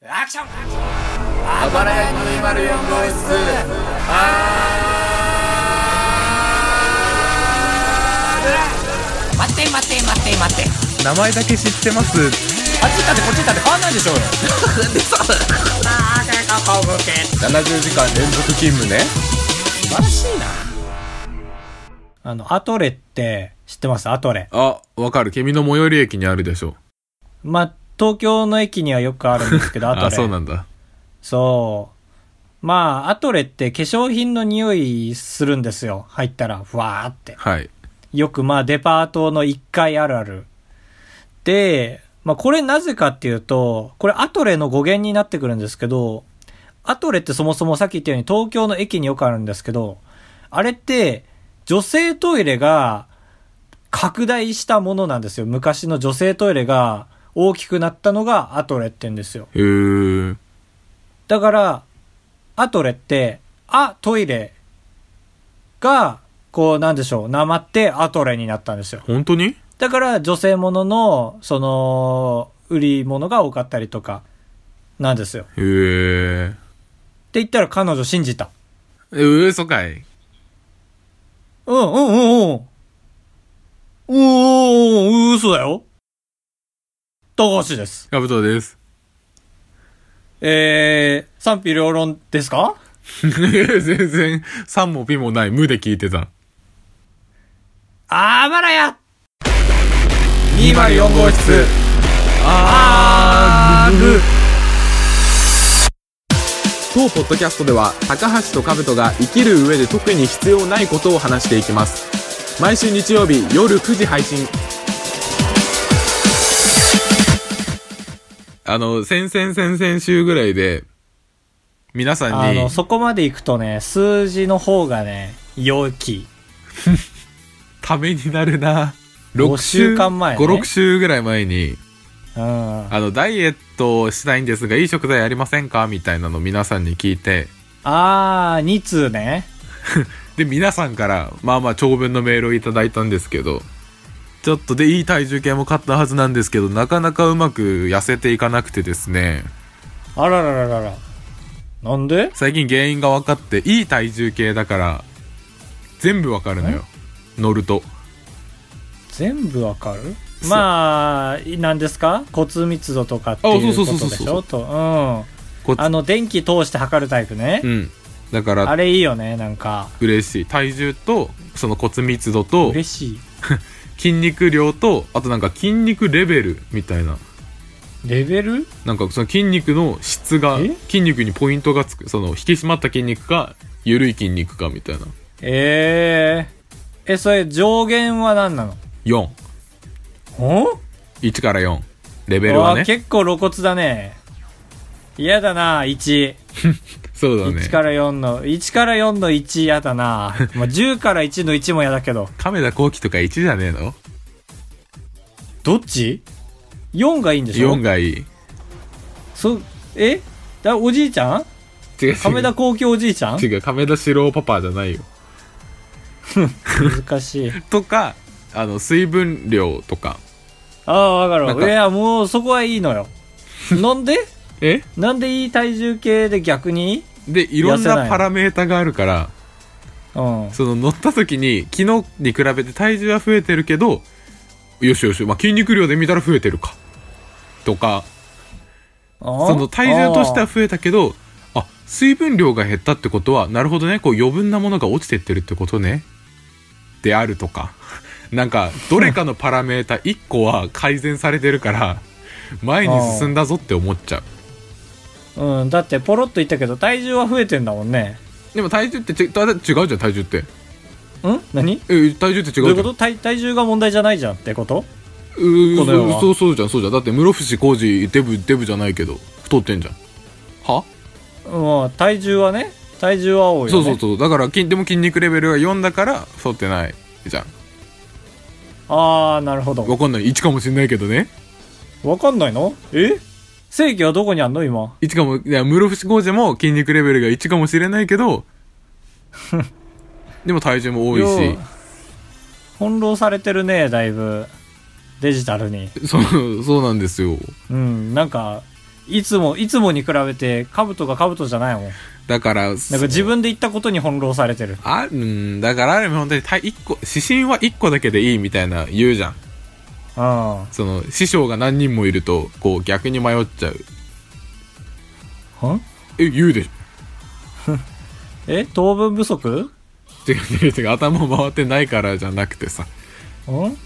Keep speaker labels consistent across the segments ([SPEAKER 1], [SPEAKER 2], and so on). [SPEAKER 1] アクション
[SPEAKER 2] あばらやき204号室
[SPEAKER 1] 待って待って待って待って
[SPEAKER 3] 名前だけ知ってます
[SPEAKER 1] あっち行ったってこっち行ったって変わん ないでしょうよあーかっこぶけ
[SPEAKER 3] 70時間連続勤務ね
[SPEAKER 1] 素晴らしいな
[SPEAKER 4] あの、アトレって知ってますアトレ。
[SPEAKER 3] あわかる君の最寄り駅にあるでしょ
[SPEAKER 4] まあ、東京の駅にはよくあるんです けど、アト
[SPEAKER 3] あ
[SPEAKER 4] レ。
[SPEAKER 3] そうなんだ
[SPEAKER 4] そうまあ、アトレって化粧品の匂いするんですよ。入ったら、ふわーって。
[SPEAKER 3] はい
[SPEAKER 4] よくまあ、デパートの1階あるある。で、まあ、これなぜかっていうと、これアトレの語源になってくるんですけど、アトレってそもそもさっき言ったように東京の駅によくあるんですけど、あれって女性トイレが拡大したものなんですよ。昔の女性トイレが大きくなったのがアトレって言うんですよ。
[SPEAKER 3] へえ
[SPEAKER 4] だから、アトレって、あ、トイレが、こう、なんでしょう、なまってアトレになったんですよ。
[SPEAKER 3] 本当に
[SPEAKER 4] だから、女性ものの、その、売り物が多かったりとか、なんですよ。って
[SPEAKER 3] へえ
[SPEAKER 4] 言ったら彼女信じた。
[SPEAKER 3] え嘘かい
[SPEAKER 4] うん、うん、うん、うん。おー、嘘だよ。高橋です。
[SPEAKER 3] ヤブトです
[SPEAKER 4] えー、賛否両論ですか
[SPEAKER 3] 全然3もピもない無で聞いてた
[SPEAKER 4] あばらや
[SPEAKER 3] 204号室あーぐ当ポッドキャストでは高橋と兜が生きる上で特に必要ないことを話していきます毎週日曜日夜9時配信あの先々先々週ぐらいで皆さ
[SPEAKER 4] あ
[SPEAKER 3] んに
[SPEAKER 4] の、そこまで行くとね、数字の方がね、良き。
[SPEAKER 3] ためになるな
[SPEAKER 4] 5週間前ね
[SPEAKER 3] 56週ぐらい前に
[SPEAKER 4] うん。あ
[SPEAKER 3] あの、ダイエットをしたいんですが、いい食材ありませんかみたいなのを皆さんに聞いて、
[SPEAKER 4] あー、2通ね。
[SPEAKER 3] で、皆さんから、まあまあ長文のメールをいただいたんですけど、ちょっとで、いい体重計も買ったはずなんですけど、なかなかうまく痩せていかなくてですね、
[SPEAKER 4] あららららら。なんで
[SPEAKER 3] 最近原因が分かって、いい体重計だから、全部分かるのよ。乗ると。
[SPEAKER 4] 全部わかる
[SPEAKER 3] そう
[SPEAKER 4] まあ、なんですか骨密度とかっていう
[SPEAKER 3] あそう
[SPEAKER 4] こ
[SPEAKER 3] そうそう
[SPEAKER 4] とで
[SPEAKER 3] そうそう
[SPEAKER 4] しょと、うん。
[SPEAKER 3] こっち
[SPEAKER 4] あの、電気通して測るタイプね
[SPEAKER 3] う。ん。だか
[SPEAKER 4] あ
[SPEAKER 3] ら、
[SPEAKER 4] れいいよね、なんか。
[SPEAKER 3] 嬉しい。体重と、その骨密度と、
[SPEAKER 4] 嬉しい。
[SPEAKER 3] 筋肉量と、あとなんか筋肉レベルみたいな。
[SPEAKER 4] レベル
[SPEAKER 3] なんかその筋肉の質が
[SPEAKER 4] え
[SPEAKER 3] 筋肉にポイントがつくその引き締まった筋肉か緩い筋肉かみたいな
[SPEAKER 4] えー。え、それ上限は何なの
[SPEAKER 3] 41
[SPEAKER 4] ん
[SPEAKER 3] から4レベルは
[SPEAKER 4] わあ
[SPEAKER 3] ね
[SPEAKER 4] 結構露骨だね。嫌だな、1。
[SPEAKER 3] そうだね
[SPEAKER 4] 1から4の、1から4の1嫌 だな。まあ、10から1の1も嫌だけど。
[SPEAKER 3] 亀田光輝とか1じゃねえの
[SPEAKER 4] どっち ?4 がいいんでしょ
[SPEAKER 3] ?4 がいい
[SPEAKER 4] そ、えだおじいちゃん
[SPEAKER 3] 違う違う
[SPEAKER 4] 亀田公共おじいちゃん
[SPEAKER 3] 違う亀田四郎パパじゃないよ
[SPEAKER 4] 難しい。
[SPEAKER 3] とかあの水分量とか
[SPEAKER 4] ああ、わ
[SPEAKER 3] なん
[SPEAKER 4] か
[SPEAKER 3] か
[SPEAKER 4] る。いや、もうそこはいいのよ。なんで
[SPEAKER 3] え
[SPEAKER 4] なんでいい体重計で逆に
[SPEAKER 3] でいろん
[SPEAKER 4] 痩せない
[SPEAKER 3] な
[SPEAKER 4] の
[SPEAKER 3] パラメータがあるから
[SPEAKER 4] うん。
[SPEAKER 3] その乗った時に昨日に比べて体重は増えてるけどよしよし、まあ、筋肉量で見たら増えてるかとかそ
[SPEAKER 4] そ
[SPEAKER 3] の体重としては増えたけどあ水分量が減ったってことはなるほどねこう余分なものが落ちてってるってことねであるとか なんかどれかのパラメ ータ1個は改善されてるから前に進んだぞって思っちゃう
[SPEAKER 4] うん、だってポロっと言ったけど体重は増えてんだもんね。
[SPEAKER 3] でも体重ってちた違うじゃん体重って
[SPEAKER 4] ん何
[SPEAKER 3] え体重って
[SPEAKER 4] どう
[SPEAKER 3] 違
[SPEAKER 4] いうう
[SPEAKER 3] じ
[SPEAKER 4] こ
[SPEAKER 3] ゃん
[SPEAKER 4] と体体重が問題じゃないじゃんってこと
[SPEAKER 3] うー
[SPEAKER 4] この世は
[SPEAKER 3] そうそうそうじゃんそうじゃんだって室伏浩二デブデブじゃないけど太ってんじゃんは
[SPEAKER 4] うん、体重はね、体重は多いよ、ね。
[SPEAKER 3] そうそうそうだから筋でも筋肉レベルが4だから太ってないじゃん
[SPEAKER 4] あー、なるほど。
[SPEAKER 3] わかんない1かもしんないけどね
[SPEAKER 4] わかんないのえ正規はどこにあんの今。
[SPEAKER 3] 一かも、いや、室伏浩二も筋肉レベルが1かもしれないけ ど、でも体重も多い
[SPEAKER 4] よう翻弄されてるね、だいぶ。デジタルに。
[SPEAKER 3] し、そう、そうなんですよ。
[SPEAKER 4] うん、なんか、いつも、いつもに比べて、兜が兜じゃないもん。
[SPEAKER 3] だから、
[SPEAKER 4] なんか自分で言ったことに翻弄されてる。
[SPEAKER 3] あ、うん、だからある意味本当にた一個、指針は一個だけでいいみたいな言うじゃん。
[SPEAKER 4] うん。
[SPEAKER 3] その、師匠が何人もいると、こう逆に迷っちゃう。
[SPEAKER 4] ん
[SPEAKER 3] え、言うでしょ
[SPEAKER 4] え当分不足
[SPEAKER 3] 違う違う違う、頭回ってないからじゃなくてさ。
[SPEAKER 4] うん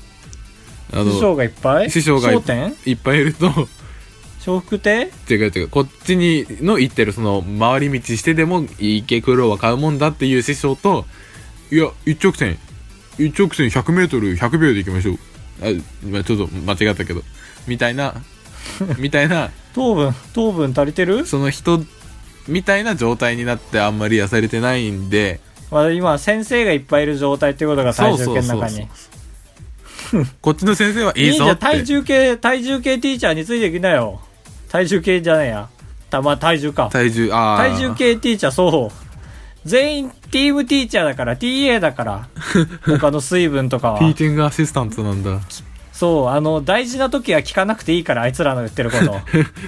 [SPEAKER 3] あ
[SPEAKER 4] 師匠
[SPEAKER 3] の、
[SPEAKER 4] がいっぱい
[SPEAKER 3] 師匠がい
[SPEAKER 4] 商店
[SPEAKER 3] いっぱいいると、
[SPEAKER 4] 笑福亭
[SPEAKER 3] 違う違う、こっちにの言ってる、その、回り道してでも、池苦労は買うもんだっていう師匠と、いや、一直線、一直線100メートル100秒で行きましょう。あ、まあ、ちょっと間違ったけど、みたい な、みたいな、
[SPEAKER 4] 糖分、糖分足りてる
[SPEAKER 3] その人みたいな状態になってあんまり癒されてないんで
[SPEAKER 4] まあ今、先生がいっぱいいる状態ってことが体重計の中に。
[SPEAKER 3] こっちの先生はい
[SPEAKER 4] い
[SPEAKER 3] い
[SPEAKER 4] じ
[SPEAKER 3] ぞっ
[SPEAKER 4] ゃん、
[SPEAKER 3] て
[SPEAKER 4] 体重計、体重計ティーチャーについてきなよ。体重計じゃねえや。たまあ、体重か。
[SPEAKER 3] 体重あー
[SPEAKER 4] 体重計ティーチャー、そう。全員、ティームティーチャーだから、TA だから。他の水分とか
[SPEAKER 3] ティー
[SPEAKER 4] は。
[SPEAKER 3] チングアシスタントなんだ
[SPEAKER 4] そう、あの、大事な時は聞かなくていいから、あいつらの言ってる こと。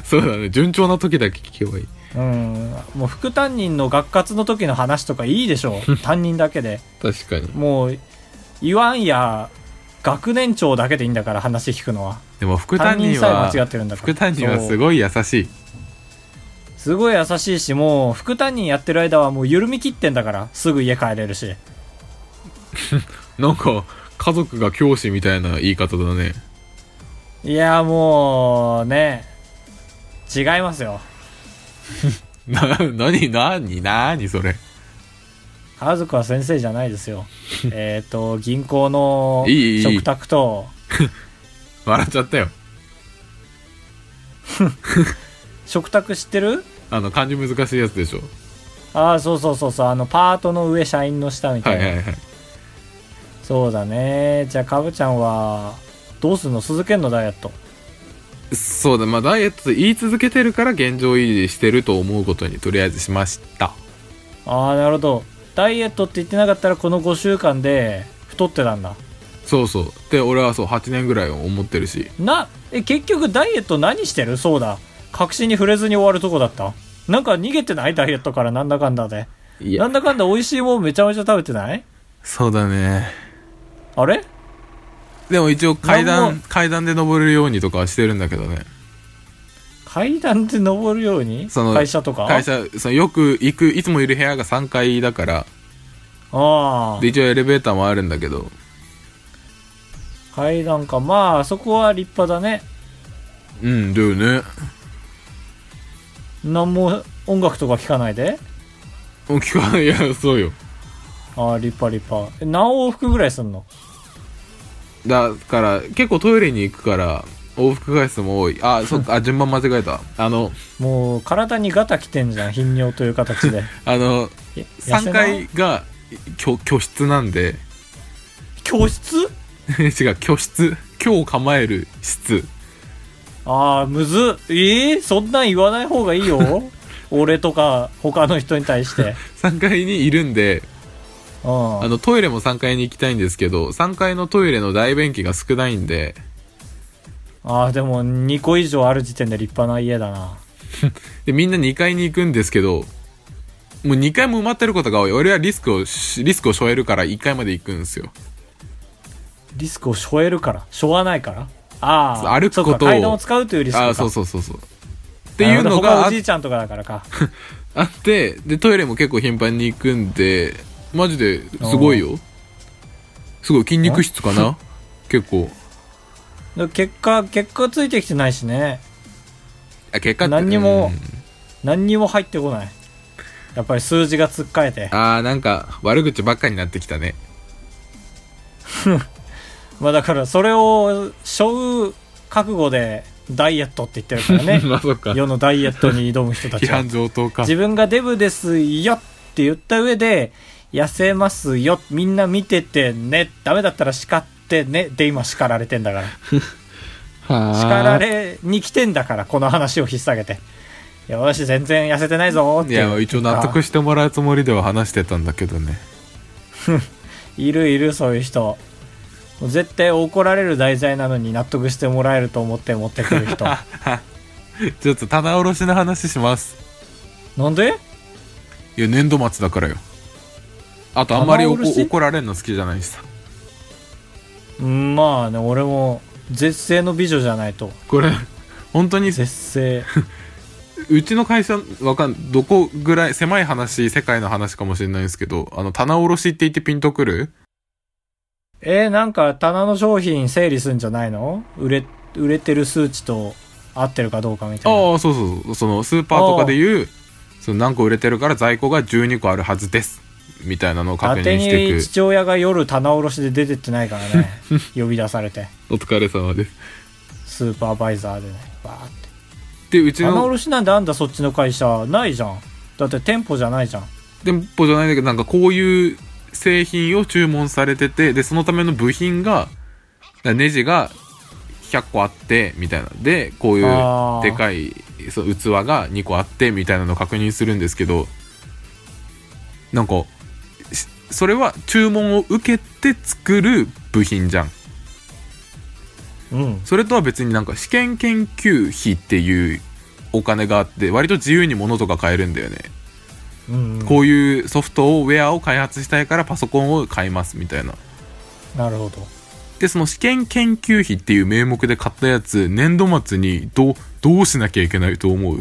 [SPEAKER 3] そうだね順調な時だけ聞けばいい
[SPEAKER 4] うん。もう、副担任の学活の時の話とかいいでしょ。 担任だけで。
[SPEAKER 3] 確かに
[SPEAKER 4] もう、言わんや、学年長だけでいいんだから、話聞くのは。
[SPEAKER 3] でも副
[SPEAKER 4] 担
[SPEAKER 3] 担
[SPEAKER 4] 任
[SPEAKER 3] 任
[SPEAKER 4] さ
[SPEAKER 3] は
[SPEAKER 4] え間違ってるんだから
[SPEAKER 3] 副担任はす
[SPEAKER 4] い
[SPEAKER 3] ごい優しい
[SPEAKER 4] すごい優しいしもう副担任やってる間はもう緩み切ってんだからすぐ家帰れるし
[SPEAKER 3] なんか家族が教師みたいな言い方だね
[SPEAKER 4] いやもうね違いますよ
[SPEAKER 3] な何何何それ
[SPEAKER 4] 家族は先生じゃないで すよえっと銀行の
[SPEAKER 3] いいいい
[SPEAKER 4] 食卓と
[SPEAKER 3] 笑っちゃったよ
[SPEAKER 4] 食卓知ってる
[SPEAKER 3] あの漢字難しいやつでしょ
[SPEAKER 4] ああそうそうそうそうあのパートの上社員の下みた
[SPEAKER 3] はいい
[SPEAKER 4] な、
[SPEAKER 3] はいはい
[SPEAKER 4] そうだねじゃあかぶちゃんはどうすんの続けんのダイエット
[SPEAKER 3] そうだ、まあ、ダイエットと言い続けてるから現状維持してると思うことにとりあえずしました
[SPEAKER 4] ああなるほどダイエットって言ってなかったらこの5週間で太ってたんだ
[SPEAKER 3] そうそうで俺はそう8年ぐらい思ってるし
[SPEAKER 4] なえ結局ダイエット何してるそうだ確信に触れずに終わるとこだったなんか逃げてないダイエットからなんだかんだで
[SPEAKER 3] い
[SPEAKER 4] なんだかんだ美味しいもんめちゃめちゃ食べてない
[SPEAKER 3] そうだね
[SPEAKER 4] あれ
[SPEAKER 3] でも一応階
[SPEAKER 4] なん
[SPEAKER 3] 段
[SPEAKER 4] も
[SPEAKER 3] 階段で登れるようにとかはしてるんだけどね
[SPEAKER 4] 階段で登るように
[SPEAKER 3] その
[SPEAKER 4] 会社とか
[SPEAKER 3] 会社そのよく行くいつもいる部屋が3階だから
[SPEAKER 4] ああ
[SPEAKER 3] で一応エレベーターもあるんだけど
[SPEAKER 4] 階段かまあそこは立派だね
[SPEAKER 3] うんだよね
[SPEAKER 4] 何も音楽とか聞かないで
[SPEAKER 3] もう聞かないいやそうよ
[SPEAKER 4] ああ立派立派え何往復ぐらいすんの
[SPEAKER 3] だから結構トイレに行くから往復回数も多いあ そっかあ順番間違えたあの
[SPEAKER 4] もう体にガタきてんじゃん頻尿という 形で
[SPEAKER 3] あの
[SPEAKER 4] え痩せ
[SPEAKER 3] 3
[SPEAKER 4] な
[SPEAKER 3] 階が居居室なんで
[SPEAKER 4] 教室
[SPEAKER 3] 違う居室居を構える室
[SPEAKER 4] ああ、むずっ。ええそんなん言わない方がいい よ。俺とか、他の人に対して。
[SPEAKER 3] 3階にいるんで
[SPEAKER 4] うん。
[SPEAKER 3] あのトイレも3階に行きたいんですけど3階のトイレの大便器が少ないんで
[SPEAKER 4] ああ、でも、2個以上ある時点で立派な家だな。
[SPEAKER 3] でみんな2階に行くんですけどもう2階も埋まってることが多い俺はリスクをしリスクを背負えるから1階まで行くんですよ
[SPEAKER 4] リスクを背負えるから。背負わないから。ああ、
[SPEAKER 3] 歩くことを
[SPEAKER 4] そうか階段を使うというリスクか。
[SPEAKER 3] ああそう
[SPEAKER 4] そ
[SPEAKER 3] そうそうそうっ
[SPEAKER 4] う
[SPEAKER 3] ていうのが
[SPEAKER 4] 他
[SPEAKER 3] あ
[SPEAKER 4] おじいちゃんとかだからか。
[SPEAKER 3] あってでトイレも結構頻繁に行くんでマジですごいよすごい筋肉質かな結構
[SPEAKER 4] で結果、結果ついてきてないしね。
[SPEAKER 3] あ結果って
[SPEAKER 4] 何に
[SPEAKER 3] う
[SPEAKER 4] も
[SPEAKER 3] ん、
[SPEAKER 4] 何にも入ってこない。やっぱり数字がつっかえて。
[SPEAKER 3] ああなんか悪口ばっかになってきたね
[SPEAKER 4] まあだから、それを背負う覚悟で、ダイエットって言ってるからね
[SPEAKER 3] 。まあそっか
[SPEAKER 4] 世のダイエットに挑む人た
[SPEAKER 3] 批
[SPEAKER 4] ちは
[SPEAKER 3] 判上等か
[SPEAKER 4] 自分がデブですよって言った上で痩せますよみんな見ててねダメだったら叱ってねで今叱られてんだから叱られに来てんだからこの話を引っ提げてよし全然痩せてないぞーって
[SPEAKER 3] い
[SPEAKER 4] い
[SPEAKER 3] や一応納得
[SPEAKER 4] し
[SPEAKER 3] してもらうつもりでは話してたんだけどね
[SPEAKER 4] いるいるそういう人も う絶対怒られる題材なのに納得してもらえると思って持ってくる人
[SPEAKER 3] ちょっと棚卸しの話します
[SPEAKER 4] なんで
[SPEAKER 3] いや年度末だからよあとあんまりおこ
[SPEAKER 4] 棚卸し
[SPEAKER 3] 怒られるの好きじゃないしさ
[SPEAKER 4] うんまあね俺も絶世の美女じゃないと
[SPEAKER 3] これ本当に
[SPEAKER 4] 絶世
[SPEAKER 3] うちの会社わかんどこぐらい狭い話世界の話かもしれないんですけどあの棚卸しって言ってピンとくる
[SPEAKER 4] えー、なんか棚の商品整理すんじゃないの売れ売れてる数値と合ってるかどうかみたいな
[SPEAKER 3] ああそうそうそうそのスーパーとかでいうその何個売れてるから在庫が12個あるはずですみたいなのを確
[SPEAKER 4] 当て
[SPEAKER 3] 認してい
[SPEAKER 4] に
[SPEAKER 3] く
[SPEAKER 4] 父親が夜棚卸しで出てってないから ね呼び出されて
[SPEAKER 3] お疲れ様です
[SPEAKER 4] スーパーバイザーでねバーって
[SPEAKER 3] でうち
[SPEAKER 4] 棚
[SPEAKER 3] の
[SPEAKER 4] 卸しなんであんだそっちの会社ないじゃんだって店舗じゃないじゃん
[SPEAKER 3] 店舗じゃないんだけどなんかこういう製品を注文されててでそのための部品がだネジが100個あってみたいなでこういう
[SPEAKER 4] あー
[SPEAKER 3] でかいそう器が2個あってみたいなのを確認するんですけどなんかしそれは注文を受けて作る部品じゃん
[SPEAKER 4] うん
[SPEAKER 3] それとは別になんか試験研究費っていうお金があって割と自由に物とか買えるんだよね
[SPEAKER 4] うん
[SPEAKER 3] こういうソフトをウェアを開発したいからパソコンを買いますみたいな
[SPEAKER 4] なるほど
[SPEAKER 3] でその試験研究費っていう名目で買ったやつ年度末にどうどうしなきゃいけないと思う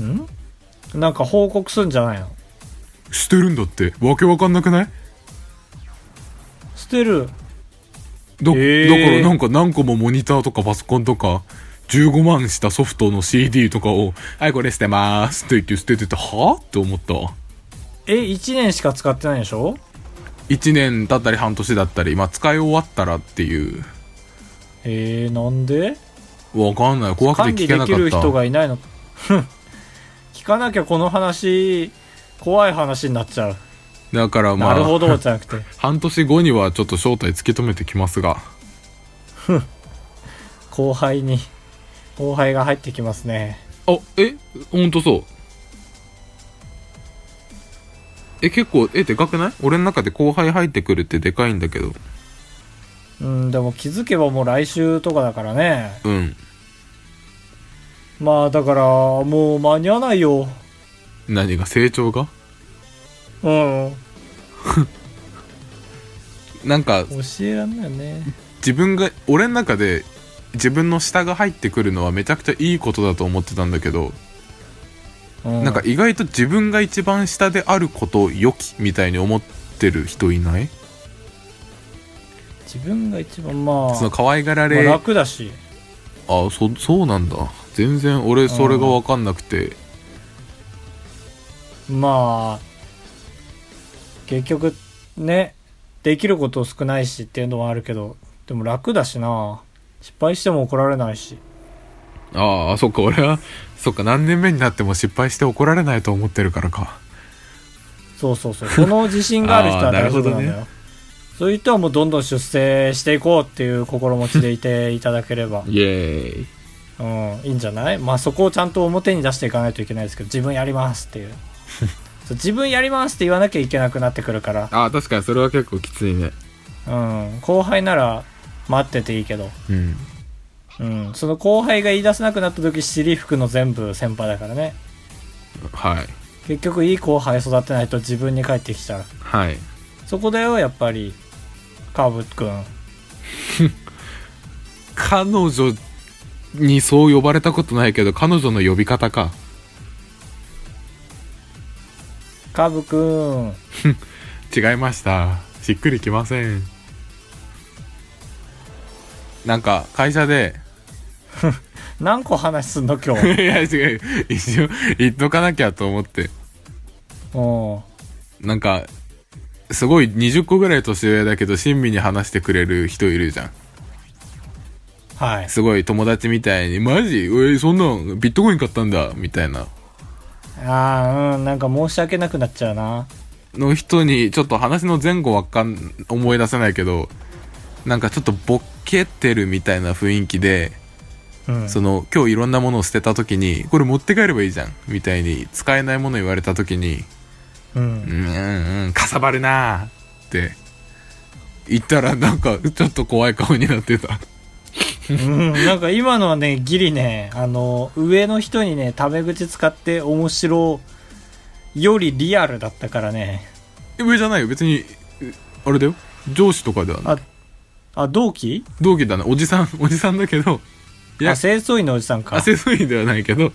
[SPEAKER 3] ん
[SPEAKER 4] なんか報告すんじゃないの
[SPEAKER 3] してるんだってわけわかんなくない
[SPEAKER 4] 捨てる
[SPEAKER 3] だ,、
[SPEAKER 4] へー
[SPEAKER 3] だからなんか何個もモニターとかパソコンとか15万したソフトの CD とかを「はいこれ捨てまーす」って言って捨てててはあって思ったわ
[SPEAKER 4] え1年しか使ってないでしょ
[SPEAKER 3] 1年だったり半年だったりまあ使い終わったらっていう
[SPEAKER 4] えー、なんで
[SPEAKER 3] わかんない怖くて
[SPEAKER 4] 管理
[SPEAKER 3] 聞け
[SPEAKER 4] で
[SPEAKER 3] なか
[SPEAKER 4] き
[SPEAKER 3] っ
[SPEAKER 4] る
[SPEAKER 3] た
[SPEAKER 4] 人がいないの 聞かなきゃこの話怖い話になっちゃう、
[SPEAKER 3] だからまあ
[SPEAKER 4] なるほどじゃなくて
[SPEAKER 3] 半年後にはちょっと正体突き止めてきますが
[SPEAKER 4] 後輩に後輩が入ってきますね
[SPEAKER 3] あえほんとそうえ結構えでかくない俺の中で後輩入ってくるってでかいんだけど
[SPEAKER 4] うんでも気づけばもう来週とかだからね
[SPEAKER 3] うん
[SPEAKER 4] まあだからもう間に合わないよ
[SPEAKER 3] 何が成長が
[SPEAKER 4] うん
[SPEAKER 3] なんか
[SPEAKER 4] 教えらんないよね
[SPEAKER 3] 自分が俺の中で自分の下が入ってくるのはめちゃくちゃいいことだと思ってたんだけど、
[SPEAKER 4] うん
[SPEAKER 3] なんか意外と自分が一番下であることを良きみたいに思ってる人いない
[SPEAKER 4] 自分が一番まあ
[SPEAKER 3] その可愛がら
[SPEAKER 4] まあ
[SPEAKER 3] れ、
[SPEAKER 4] 楽だし
[SPEAKER 3] あそそうなんだ全然俺それが分かんなくて
[SPEAKER 4] まあ結局ねできること少ないしっていうのはあるけどでも楽だしな失敗しても怒られないし
[SPEAKER 3] ああそっか俺はそっか何年目になっても失敗して怒られないと思ってるからか
[SPEAKER 4] そうそ うそうこの自信がある人
[SPEAKER 3] あ
[SPEAKER 4] は
[SPEAKER 3] ーなる
[SPEAKER 4] 大丈
[SPEAKER 3] ほ
[SPEAKER 4] 夫
[SPEAKER 3] どね
[SPEAKER 4] なんだよ、そういう人はもうどんどん出世していこうっていう心持ちでいていただければ
[SPEAKER 3] イエーイ
[SPEAKER 4] うんいいんじゃないまあそこをちゃんと表に出していかないといけないですけど自分やりますっていう そう自分やりますって言わなきゃいけなくなってくるから
[SPEAKER 3] ああ確かにそれは結構きついね
[SPEAKER 4] うん後輩なら待ってていいけど
[SPEAKER 3] うん
[SPEAKER 4] うん、その後輩が言い出せなくなった時尻拭くの全部先輩だからね
[SPEAKER 3] はい
[SPEAKER 4] 結局いい後輩育てないと自分に返ってきちゃう
[SPEAKER 3] はい
[SPEAKER 4] そこだよやっぱりカーブくん
[SPEAKER 3] 彼女にそう呼ばれたことないけど彼女の呼び方か
[SPEAKER 4] カーブくん
[SPEAKER 3] 違いましたしっくりきませんなんか会社で
[SPEAKER 4] 何個話すんの今
[SPEAKER 3] い
[SPEAKER 4] 日
[SPEAKER 3] や違う一応言っとかなきゃと思って
[SPEAKER 4] うん
[SPEAKER 3] なんか、すごい20個ぐらい年上だけど、親身に話してくれる人いるじゃん。
[SPEAKER 4] はい
[SPEAKER 3] すごい友達みたいに、マジえーそんなんビットコイン買ったんだみたいな。
[SPEAKER 4] ああうんなんか申し訳なくなっちゃうな
[SPEAKER 3] の人に、ちょっと話の前後わかん、思い出せないけど、なんかちょっとボケてるみたいな雰囲気で、
[SPEAKER 4] うん
[SPEAKER 3] その、今日いろんなものを捨てた時に、これ持って帰ればいいじゃんみたいに、使えないもの言われた時に、
[SPEAKER 4] う
[SPEAKER 3] うんんうんうん、かさばるなーって、言ったらなんか、ちょっと怖い顔になってた。
[SPEAKER 4] うん、なんか今のはね、ギリね、あの、上の人にね、タメ口使って面白よりリアルだったからね。
[SPEAKER 3] え上じゃないよ別にえあれだよ上司とかではない
[SPEAKER 4] ああ、同期
[SPEAKER 3] 同期だなおじさんおじさんだけどいや
[SPEAKER 4] あ、清掃員のおじさんか。
[SPEAKER 3] 汗水ではないけど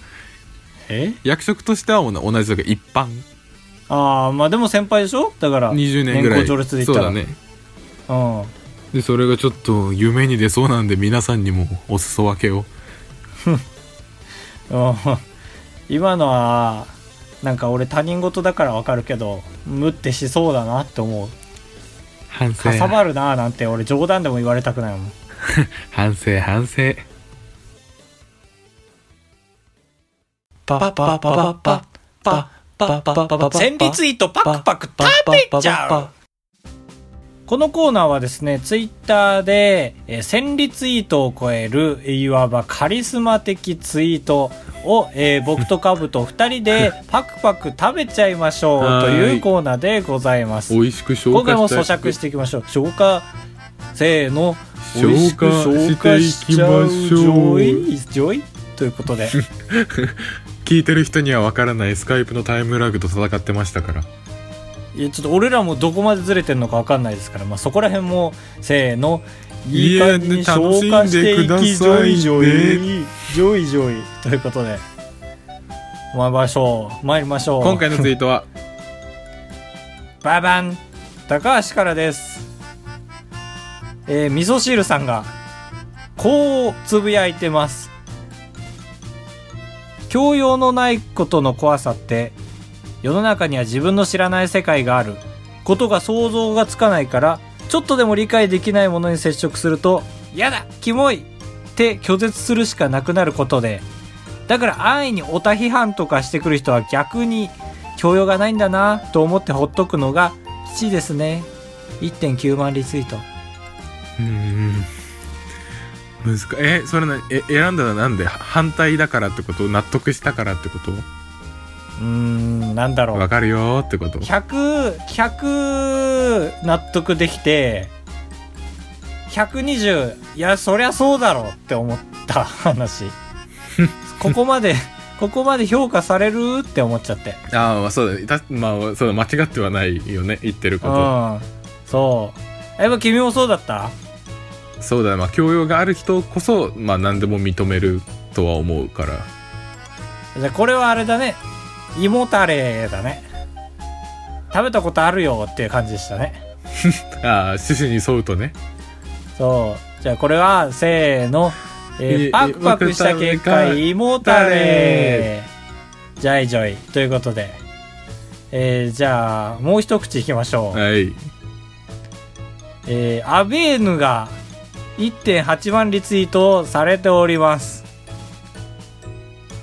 [SPEAKER 4] え
[SPEAKER 3] 役職としては同同じだけど一般
[SPEAKER 4] ああ、まあでも先輩でしょだから、
[SPEAKER 3] 20年ぐらい
[SPEAKER 4] 年功序列で言
[SPEAKER 3] そ
[SPEAKER 4] っ
[SPEAKER 3] う
[SPEAKER 4] た
[SPEAKER 3] だ
[SPEAKER 4] ら。
[SPEAKER 3] ね
[SPEAKER 4] うん。
[SPEAKER 3] でそれがちょっと夢に出そうなんで皆さんにもお裾分けを
[SPEAKER 4] うん今のはなんか俺他人事だからわかるけど無ってしそうだなって思う
[SPEAKER 3] 反省
[SPEAKER 4] かさばるなーなんて俺冗談でも言われたくないもん
[SPEAKER 3] 反省反省
[SPEAKER 5] パパパパパパパパパパ
[SPEAKER 4] 千里ツイートパクパク食べちゃうこのコーナーはですねツイッターで、えー千里ツイートを超えるいわばカリスマ的ツイートを、 えー僕とカブと2人でパクパク食べちゃいましょうと
[SPEAKER 3] はー
[SPEAKER 4] いう
[SPEAKER 3] い
[SPEAKER 4] コーナーでございます
[SPEAKER 3] 美味しく消
[SPEAKER 4] 今回も
[SPEAKER 3] 化
[SPEAKER 4] 咀
[SPEAKER 3] した
[SPEAKER 4] 嚼していきましょう消化せーの
[SPEAKER 3] 消化していきましょう
[SPEAKER 4] ジョイジョイということで
[SPEAKER 3] 聞いてる人にはわからないスカイプのタイムラグと戦ってましたから
[SPEAKER 4] いやちょっと俺らもどこまでずれてるのかわかんないですから、まあ、そこら辺もせーのいい感じ
[SPEAKER 3] い
[SPEAKER 4] に
[SPEAKER 3] いね楽し
[SPEAKER 4] 消
[SPEAKER 3] ん
[SPEAKER 4] 化して
[SPEAKER 3] でく
[SPEAKER 4] い
[SPEAKER 3] ださいね
[SPEAKER 4] きジョイジョイジョイジョイということで参りましょう参りましょう
[SPEAKER 3] 今回のツイート は
[SPEAKER 4] ババン高橋からですえー、味噌汁さんがこうつぶやいてます教養のないことの怖さって世の中には自分の知らない世界があることが想像がつかないからちょっとでも理解できないものに接触すると「やだキモい!」って拒絶するしかなくなることでだから安易にオタ批判とかしてくる人は逆に教養がないんだなと思ってほっとくのが吉ですね1.9万リツイート
[SPEAKER 3] うーん難しいえそれなえ選んだのはなんでは反対だからってこと納得したからってこと
[SPEAKER 4] うーんなんだろ
[SPEAKER 3] わ
[SPEAKER 4] う
[SPEAKER 3] かるよーってこと
[SPEAKER 4] 100 100納得できて120いやそりゃそうだろうって思っ た話ここまでここまで評価されるって思っちゃって
[SPEAKER 3] ああそうだたまあそうだ間違ってはないよね言ってる
[SPEAKER 4] う
[SPEAKER 3] こ
[SPEAKER 4] んそうやっぱ君もそうだった
[SPEAKER 3] とそうだまあ教養がある人こそまあ何でも認めるとは思うから
[SPEAKER 4] じゃあこれはあれだね胃もたれだね食べたことあるよっていう感じでしたね
[SPEAKER 3] ああ趣旨に沿うとね
[SPEAKER 4] そうじゃあこれはせーの、えー
[SPEAKER 3] い
[SPEAKER 4] パクパクした結果
[SPEAKER 3] い
[SPEAKER 4] 胃もたれじゃあいジョイということで、えーじゃあもう一口いきましょう、
[SPEAKER 3] はい
[SPEAKER 4] えーアベーヌが1.8万リツイートされております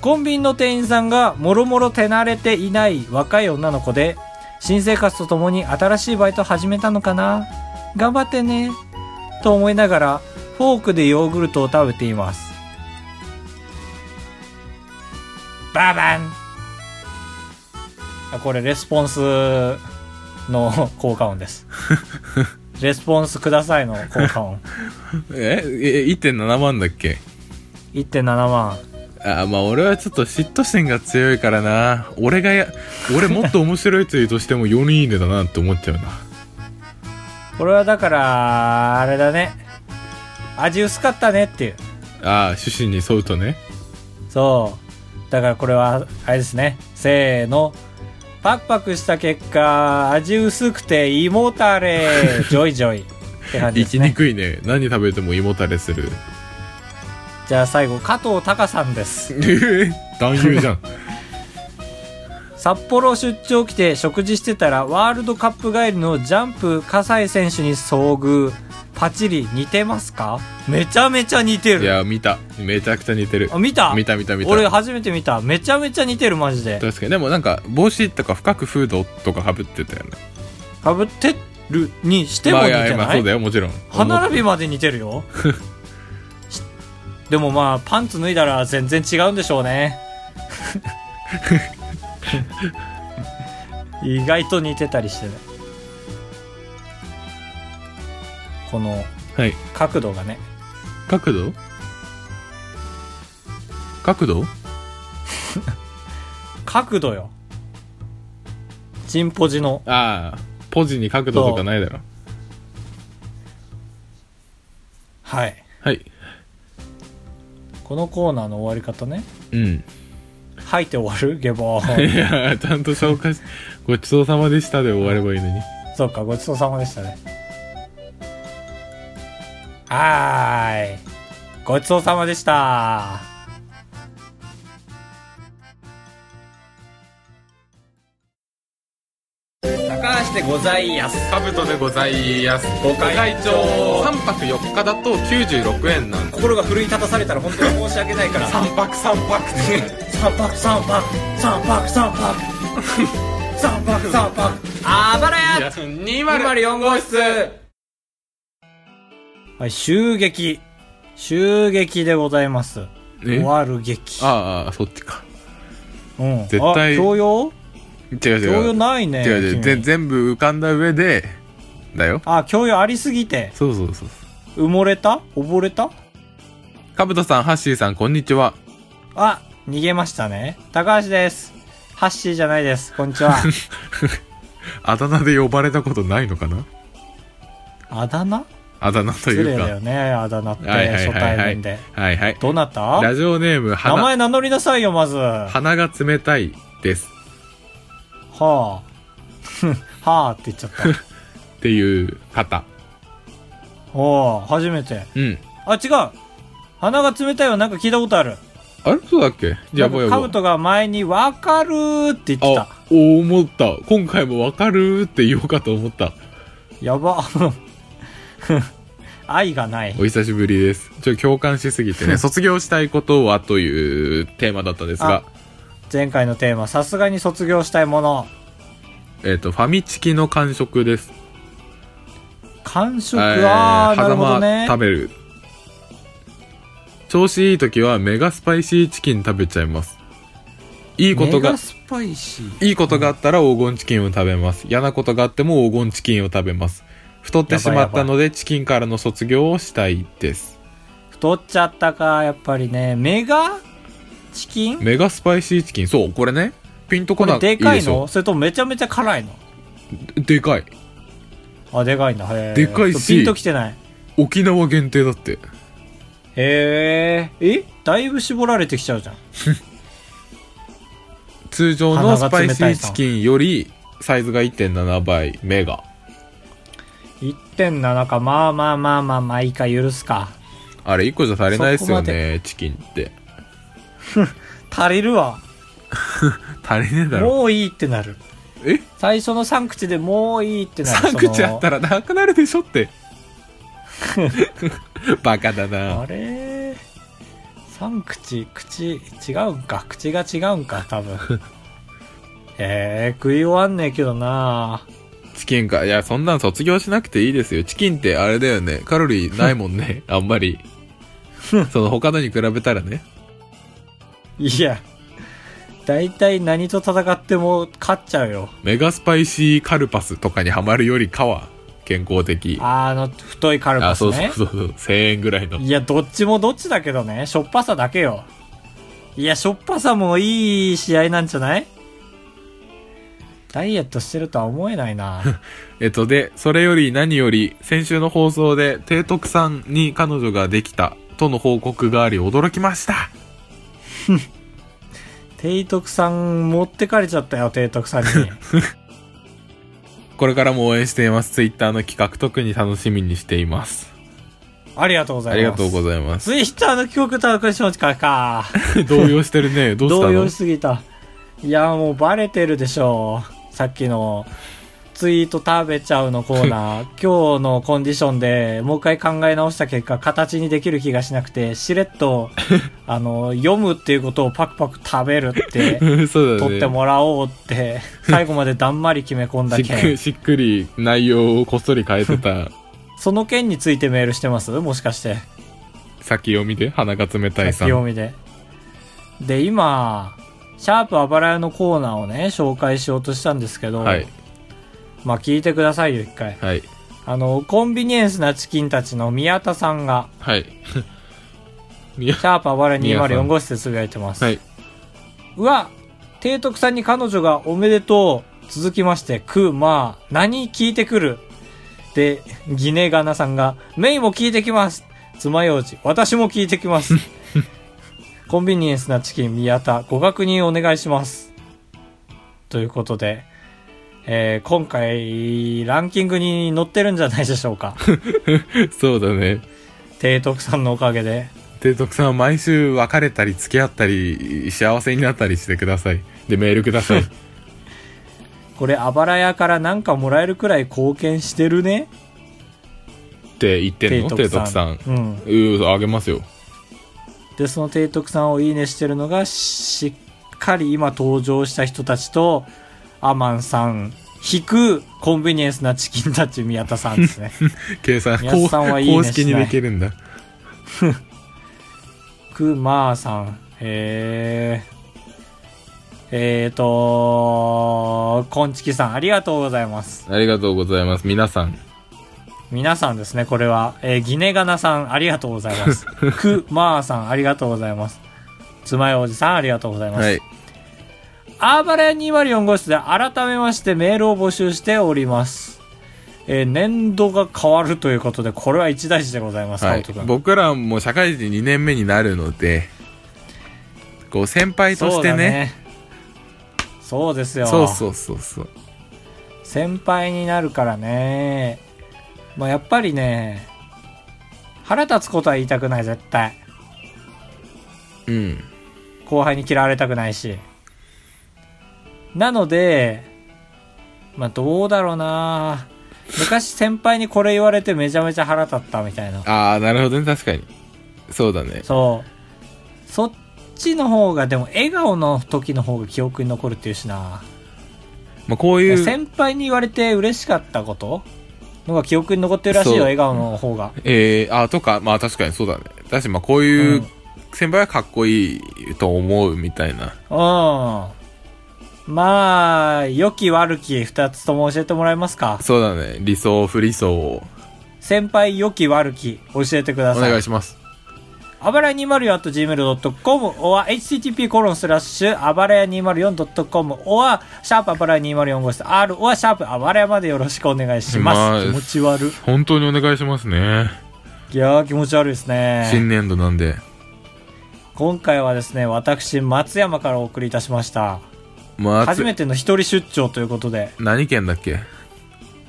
[SPEAKER 4] コンビニの店員さんがもろもろ手慣れていない若い女の子で新生活とともに新しいバイトを始めたのかな頑張ってねと思いながらフォークでヨーグルトを食べていますババンあこれレスポンスの効果音ですレスポンスくださいの効 果音
[SPEAKER 3] ええ1.7万だっけ
[SPEAKER 4] 1.7万
[SPEAKER 3] あーまあ俺はちょっと嫉妬心が強いからな俺がや俺もっと面白いツイートしても4人いいねだなって思っちゃうな
[SPEAKER 4] これはだからあれだね味薄かったねっていう
[SPEAKER 3] ああ趣旨に沿うとね
[SPEAKER 4] そうだからこれはあれですねせーのパクパクした結果味薄くて胃もたれ ジョイジョイって感
[SPEAKER 3] 生
[SPEAKER 4] じです
[SPEAKER 3] きに
[SPEAKER 4] ね
[SPEAKER 3] くいね何食べても胃もたれする
[SPEAKER 4] じゃあ最後加藤隆さんです
[SPEAKER 3] えー男優 じゃん
[SPEAKER 4] 札幌出張来て食事してたらワールドカップ帰りのジャンプ葛西選手に遭遇パチリ似てますかめちゃめちゃ似て
[SPEAKER 3] い
[SPEAKER 4] る
[SPEAKER 3] や見ためちゃくちゃ似てる
[SPEAKER 4] あ見た
[SPEAKER 3] 見た見た見た
[SPEAKER 4] 俺初めて見ためちゃめちゃ似てるマジで
[SPEAKER 3] 確かにでもなんか帽子とか深くフードとかかぶってたよね
[SPEAKER 4] かぶってるにしても似
[SPEAKER 3] まあい
[SPEAKER 4] て
[SPEAKER 3] やま
[SPEAKER 4] な
[SPEAKER 3] あそうだ
[SPEAKER 4] い
[SPEAKER 3] よもちろん
[SPEAKER 4] 歯並びまで似て るよしでもまあパンツ脱いだら全然違うんでしょう ね意外と似てたりしてねこの
[SPEAKER 3] はい
[SPEAKER 4] 角度がね
[SPEAKER 3] 角度角度
[SPEAKER 4] 角度よ。チンポジの。
[SPEAKER 3] ああポジに角度とかないだろ
[SPEAKER 4] はい。
[SPEAKER 3] はい
[SPEAKER 4] このコーナーの終わり方ね。
[SPEAKER 3] うん
[SPEAKER 4] 吐いて終わるゲボ
[SPEAKER 3] い
[SPEAKER 4] ー。
[SPEAKER 3] やちゃんと紹介しごちそうさまでしたで終わればいいのに
[SPEAKER 4] そうか、ごちそうさまでしたね。はーい。ごちそうさまでした。高橋でございやす。
[SPEAKER 3] カブトでございますご
[SPEAKER 4] 会長
[SPEAKER 3] 3泊4日だと96円なんで
[SPEAKER 4] 心が奮い立たされたら本当に申し訳ないから。三泊三泊。三泊三泊。三泊三泊。三泊三泊。あばらや
[SPEAKER 3] や
[SPEAKER 4] 204号室 はい、襲撃。襲撃でございます。終
[SPEAKER 3] え
[SPEAKER 4] わる劇。
[SPEAKER 3] ああそっちか
[SPEAKER 4] うん。
[SPEAKER 3] 絶対
[SPEAKER 4] あ教養
[SPEAKER 3] 違う違
[SPEAKER 4] 教
[SPEAKER 3] う
[SPEAKER 4] 養ないね。
[SPEAKER 3] 違う違う
[SPEAKER 4] 君
[SPEAKER 3] 全全部浮かんだ上でだよ
[SPEAKER 4] あ、教養ありすぎて。
[SPEAKER 3] そうそうそう
[SPEAKER 4] 埋もれた溺れた
[SPEAKER 3] カブトさんハッシーさんこんにちは
[SPEAKER 4] あ、逃げましたね。高橋です。ハッシーじゃないです。こんにちは。
[SPEAKER 3] あだ名で呼ばれたことないのかな
[SPEAKER 4] あだ名
[SPEAKER 3] あだ名とい
[SPEAKER 4] 失
[SPEAKER 3] う
[SPEAKER 4] 礼
[SPEAKER 3] か
[SPEAKER 4] だよね、あだ名って、
[SPEAKER 3] はいはいは
[SPEAKER 4] 初
[SPEAKER 3] いは
[SPEAKER 4] 対
[SPEAKER 3] い
[SPEAKER 4] 面で。
[SPEAKER 3] はいはい
[SPEAKER 4] どなた
[SPEAKER 3] ラジオネーム
[SPEAKER 4] 名
[SPEAKER 3] 花
[SPEAKER 4] 前名乗りなさいよ、まず。は
[SPEAKER 3] 鼻が冷たいです
[SPEAKER 4] あ。 はあって言っち ゃった。
[SPEAKER 3] っていう方
[SPEAKER 4] おー初めて。
[SPEAKER 3] うん
[SPEAKER 4] あ、違う鼻が冷たいはなんか聞いたことある。
[SPEAKER 3] あれそうだっけじゃあぼや
[SPEAKER 4] カブ
[SPEAKER 3] ぼ
[SPEAKER 4] トが前にわかるーって言ってた。
[SPEAKER 3] あお思った今回もわかるーって言おうかと思った
[SPEAKER 4] やば。 愛がない。
[SPEAKER 3] お久しぶりですちょっと共感しすぎて ね卒業したいことはというテーマだったんですが
[SPEAKER 4] 前回のテーマ、さすがに卒業したいもの。
[SPEAKER 3] えっ、とファミチキの感触です
[SPEAKER 4] 完食は、
[SPEAKER 3] えー
[SPEAKER 4] なるほど
[SPEAKER 3] 狭間
[SPEAKER 4] ね。
[SPEAKER 3] 食べる調子いい時はメガスパイシーチキン食べちゃいますいいこと
[SPEAKER 4] メ
[SPEAKER 3] が
[SPEAKER 4] ガスパイシー。
[SPEAKER 3] いいことがあったら黄金チキンを食べます嫌なことがあっても黄金チキンを食べます太ってしまったのでチキンからの卒業をしたいです
[SPEAKER 4] 太っちゃったか、やっぱりね。メガチキン
[SPEAKER 3] メガスパイシーチキンそうこれねピンとこ
[SPEAKER 4] こ
[SPEAKER 3] な
[SPEAKER 4] れ
[SPEAKER 3] い
[SPEAKER 4] でかい
[SPEAKER 3] し
[SPEAKER 4] の
[SPEAKER 3] ょ
[SPEAKER 4] それともめちゃめちゃ辛いの
[SPEAKER 3] でかい
[SPEAKER 4] あ、でかいんだ。へー
[SPEAKER 3] でかいし
[SPEAKER 4] ピンときてない。
[SPEAKER 3] 沖縄限定だって
[SPEAKER 4] へえ。えだいぶ絞られてきちゃうじゃん。
[SPEAKER 3] 通常のスパイシーチキンよりサイズが1.7倍メガ
[SPEAKER 4] 1.7か。まあまあまあまあまあ、いいか、許すか。
[SPEAKER 3] あれ1個じゃ足りないですよ
[SPEAKER 4] そこま
[SPEAKER 3] ねチキンって
[SPEAKER 4] 足りるわ。
[SPEAKER 3] 足りねえだろ
[SPEAKER 4] もういいってなる。
[SPEAKER 3] え
[SPEAKER 4] 最初の3口でもういいってなる。
[SPEAKER 3] 3口あったらなくなるでしょって バカだ
[SPEAKER 4] そのあ
[SPEAKER 3] な
[SPEAKER 4] れ3口、口、違うんか。口が違うんか、多分。えー、食い終わんねえけどな
[SPEAKER 3] チキンかいやそんなん卒業しなくていいですよチキンってあれだよねカロリーないもん ねあんまりその他のに比べたらね
[SPEAKER 4] いや、だいたい何と戦っても勝っちゃうよ。
[SPEAKER 3] メガスパイシーカルパスとかにはまるよりかは健康的
[SPEAKER 4] あの、太いカルパ
[SPEAKER 3] あ
[SPEAKER 4] ス
[SPEAKER 3] そ
[SPEAKER 4] ね。
[SPEAKER 3] うそうそうそう1000円ぐらいの
[SPEAKER 4] いや、どっちもどっちだけどね。しょっぱさだけよ。いや、しょっぱさもいい試合なんじゃないダイエットしてるとは思えない な。
[SPEAKER 3] えっと、で、それより何より、先週の放送で、提督さんに彼女ができた、との報告があり、驚きました。
[SPEAKER 4] 提督さん持ってかれちゃったよ、提 督さんに。
[SPEAKER 3] これからも応援しています。ツイッターの企画、特に楽しみにしています。
[SPEAKER 4] ありがとうござい
[SPEAKER 3] あ
[SPEAKER 4] ます。
[SPEAKER 3] りがとうご
[SPEAKER 4] いま
[SPEAKER 3] ざい ます。
[SPEAKER 4] ツイッターの記憶たくしの力か。
[SPEAKER 3] 動揺してる ね。どうしたの
[SPEAKER 4] 動揺しすぎた。いや、もうバレてるでしょう。さっきの、ツイート食べちゃうのコーナー。 今日のコンディションでもう一回考え直した結果、形にできる気がしなくて、しれっと、あの、読むっていうことをパクパク食べる って、
[SPEAKER 3] そうだ
[SPEAKER 4] 取って
[SPEAKER 3] ね。
[SPEAKER 4] もらおうって、最後までだんまり決め込んだ
[SPEAKER 3] しっく り、
[SPEAKER 4] 件。
[SPEAKER 3] しっくり内容をこっそり変えてた。
[SPEAKER 4] その件についてメールしてますもしかして。
[SPEAKER 3] 先読みで、鼻が冷たいさ
[SPEAKER 4] 先読
[SPEAKER 3] ん。
[SPEAKER 4] みで。で、今、シャープあばらやのコーナーをね、紹介しようとしたんですけど、
[SPEAKER 3] はい。
[SPEAKER 4] まあ聞いてくださいよ、一回。
[SPEAKER 3] はい。
[SPEAKER 4] あの、コンビニエンスなチキンたちの宮田さんが、
[SPEAKER 3] はい。 いや
[SPEAKER 4] シャープあばれ
[SPEAKER 3] 宮さん
[SPEAKER 4] 204号室でつぶやいてます。
[SPEAKER 3] はい。
[SPEAKER 4] うわ提督さんに彼女がおめでとう続きまして、く、まあ、何聞いてくるで、ギネガナさんが、メイも聞いてきます爪楊枝、私も聞いて きます。コンビニエンスなチキン宮田、ご確認お願いします。ということで、えー今回、ランキングに載ってるんじゃないでしょうか。
[SPEAKER 3] そうだね。
[SPEAKER 4] 提督さんのおかげで。
[SPEAKER 3] 提督さんは毎週別れたり付き合ったり幸せになったりしてくださいでメールください
[SPEAKER 4] これ、あばら屋からなんかもらえるくらい貢献してるね
[SPEAKER 3] って言ってんの提
[SPEAKER 4] 提
[SPEAKER 3] 督さ
[SPEAKER 4] 督さ
[SPEAKER 3] ん
[SPEAKER 4] ん。うん。
[SPEAKER 3] うーあげますよ
[SPEAKER 4] でその提督さんをいいねしてるのがししっかり今登場した人たちとアマンさん引くコンビニエンスなチキンたち宮田さんですね
[SPEAKER 3] 計算
[SPEAKER 4] 宮田さんはいいね
[SPEAKER 3] 公式に
[SPEAKER 4] しない
[SPEAKER 3] できるんだ
[SPEAKER 4] クマーさんえーえーと、こんちきさん、ありがとうございます。
[SPEAKER 3] ありがとうございます皆さん
[SPEAKER 4] 皆さんですね、これは。えーギネガナさん、ありがとうござい ます。クマーさん、ありがとうございます。つまようじさん、ありがとうございます。
[SPEAKER 3] はい
[SPEAKER 4] アーバレ204号室で改めましてメールを募集しております。えー年度が変わるということで、これは一大事でございます、
[SPEAKER 3] は
[SPEAKER 4] はいい、君。
[SPEAKER 3] 僕らも社会人2年目になるのでこう先輩としてね。
[SPEAKER 4] そうですよ。
[SPEAKER 3] そうそうそうそう
[SPEAKER 4] 先輩になるからね。まあ、やっぱりね、腹立つことは言いたくない、絶対。
[SPEAKER 3] うん
[SPEAKER 4] 後輩に嫌われたくないし。なので、まあ、どうだろうな昔先輩にこれ言われてめちゃめちゃ腹立ったみたいな。
[SPEAKER 3] ああなるほどね確かにそうだね
[SPEAKER 4] そう。そっちの方が、でも笑顔の時の方が記憶に残るっていうしな。
[SPEAKER 3] まあ、こういう
[SPEAKER 4] 先輩に言われて嬉しかったことのが記憶に残ってるらしい
[SPEAKER 3] そう
[SPEAKER 4] よ、笑顔の方が。
[SPEAKER 3] えー、あーとかまあ確かにそうだねだしまあこういううん先輩はかっこいいと思うみたいな
[SPEAKER 4] うん。まあ、良き悪き二つとも教えてもらえますか
[SPEAKER 3] そうだね理想不理想を
[SPEAKER 4] 先輩良き悪き教えてくだ
[SPEAKER 3] お
[SPEAKER 4] さい。
[SPEAKER 3] 願いします
[SPEAKER 4] あばらや 204.gmail.com or http コロンスラッシュあばらや 204.com or シャープあばらや204号室 R or シャープあばらやまでよろしくお願いします。
[SPEAKER 3] まあ
[SPEAKER 4] 気持ち悪
[SPEAKER 3] 本当にお願いしますね
[SPEAKER 4] い。いやー気持ち悪いですね。
[SPEAKER 3] 新年度なんで
[SPEAKER 4] 今回はですね、私、松山からお送りいたしました。
[SPEAKER 3] まあ
[SPEAKER 4] 初めての一人出張ということで、
[SPEAKER 3] 何県だっ け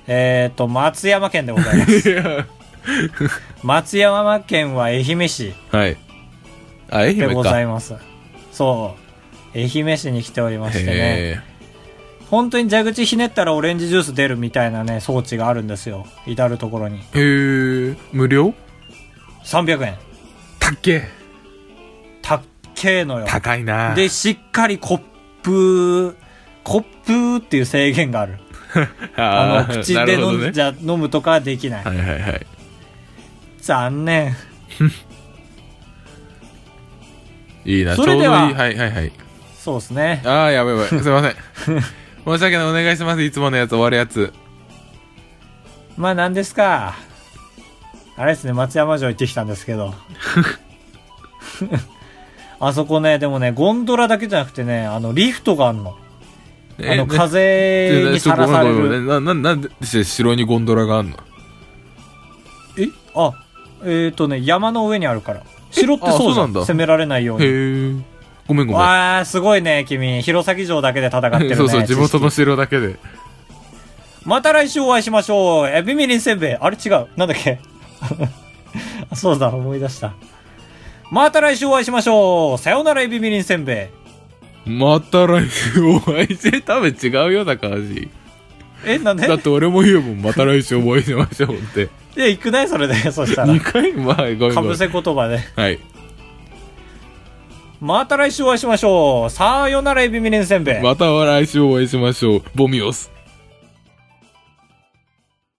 [SPEAKER 4] えーと、松山県でござ います。松山県は愛媛市
[SPEAKER 3] はいあ愛
[SPEAKER 4] で
[SPEAKER 3] 媛
[SPEAKER 4] ご
[SPEAKER 3] か
[SPEAKER 4] ざ
[SPEAKER 3] へ
[SPEAKER 4] います。そう。愛媛市に来ておりましてね。
[SPEAKER 3] え
[SPEAKER 4] 本当に蛇口ひねったらオレンジジュース出るみたいなね装置があるんですよ至る所に
[SPEAKER 3] へー無料
[SPEAKER 4] 300円
[SPEAKER 3] たっけ
[SPEAKER 4] たっけーのよ
[SPEAKER 3] 高いな
[SPEAKER 4] でしっかりコップコップっていう制限がある
[SPEAKER 3] あ
[SPEAKER 4] あの
[SPEAKER 3] ー
[SPEAKER 4] 口
[SPEAKER 3] な
[SPEAKER 4] で
[SPEAKER 3] るほ
[SPEAKER 4] 飲
[SPEAKER 3] ど
[SPEAKER 4] ん
[SPEAKER 3] ね
[SPEAKER 4] じゃ、飲むとかはできない、
[SPEAKER 3] はいはいはい
[SPEAKER 4] 残念
[SPEAKER 3] いいなちょう
[SPEAKER 4] そ
[SPEAKER 3] どい
[SPEAKER 4] れ
[SPEAKER 3] い
[SPEAKER 4] では
[SPEAKER 3] はいはいはい
[SPEAKER 4] そうですね
[SPEAKER 3] ああやばいやばいすいません 申し訳ないお願いしますいつものやつ終わるやつ
[SPEAKER 4] まあ何ですかあれですね松山城行ってきたんですけ どあそこねでもねゴンドラだけじゃなくてねあのリフトがあるのあの
[SPEAKER 3] ね
[SPEAKER 4] 風にさらさ
[SPEAKER 3] ご
[SPEAKER 4] れ
[SPEAKER 3] めんごめ
[SPEAKER 4] る
[SPEAKER 3] んなななんで城にゴンドラがあんの
[SPEAKER 4] えあえっ、とね山の上にあるから城って
[SPEAKER 3] あ
[SPEAKER 4] そうじ
[SPEAKER 3] そう
[SPEAKER 4] ゃ
[SPEAKER 3] なん
[SPEAKER 4] ん
[SPEAKER 3] だ
[SPEAKER 4] 攻められないように
[SPEAKER 3] へえごめんごめん
[SPEAKER 4] わあすごいね君弘前城だけで戦ってるね
[SPEAKER 3] そうそう地元の
[SPEAKER 4] 知識
[SPEAKER 3] 城だけで
[SPEAKER 4] また来週お会いしましょうエビみりんせんべいあれ違うなんだっけ あそうだ思い出したまた来週お会いしましょうさようならエビみりんせんべい
[SPEAKER 3] また来週お会いして多分違うよ高橋
[SPEAKER 4] えなんで
[SPEAKER 3] だって俺も言うもんまた来週お会いしましょうって
[SPEAKER 4] いや行くないそれでそしたら
[SPEAKER 3] 2回前ごめん
[SPEAKER 4] か
[SPEAKER 3] ごめ
[SPEAKER 4] ぶ
[SPEAKER 3] ん
[SPEAKER 4] せ言葉で
[SPEAKER 3] はい
[SPEAKER 4] また来週お会いしましょうさようならエビみりんせんべい
[SPEAKER 3] また来週お会いしましょうボミオス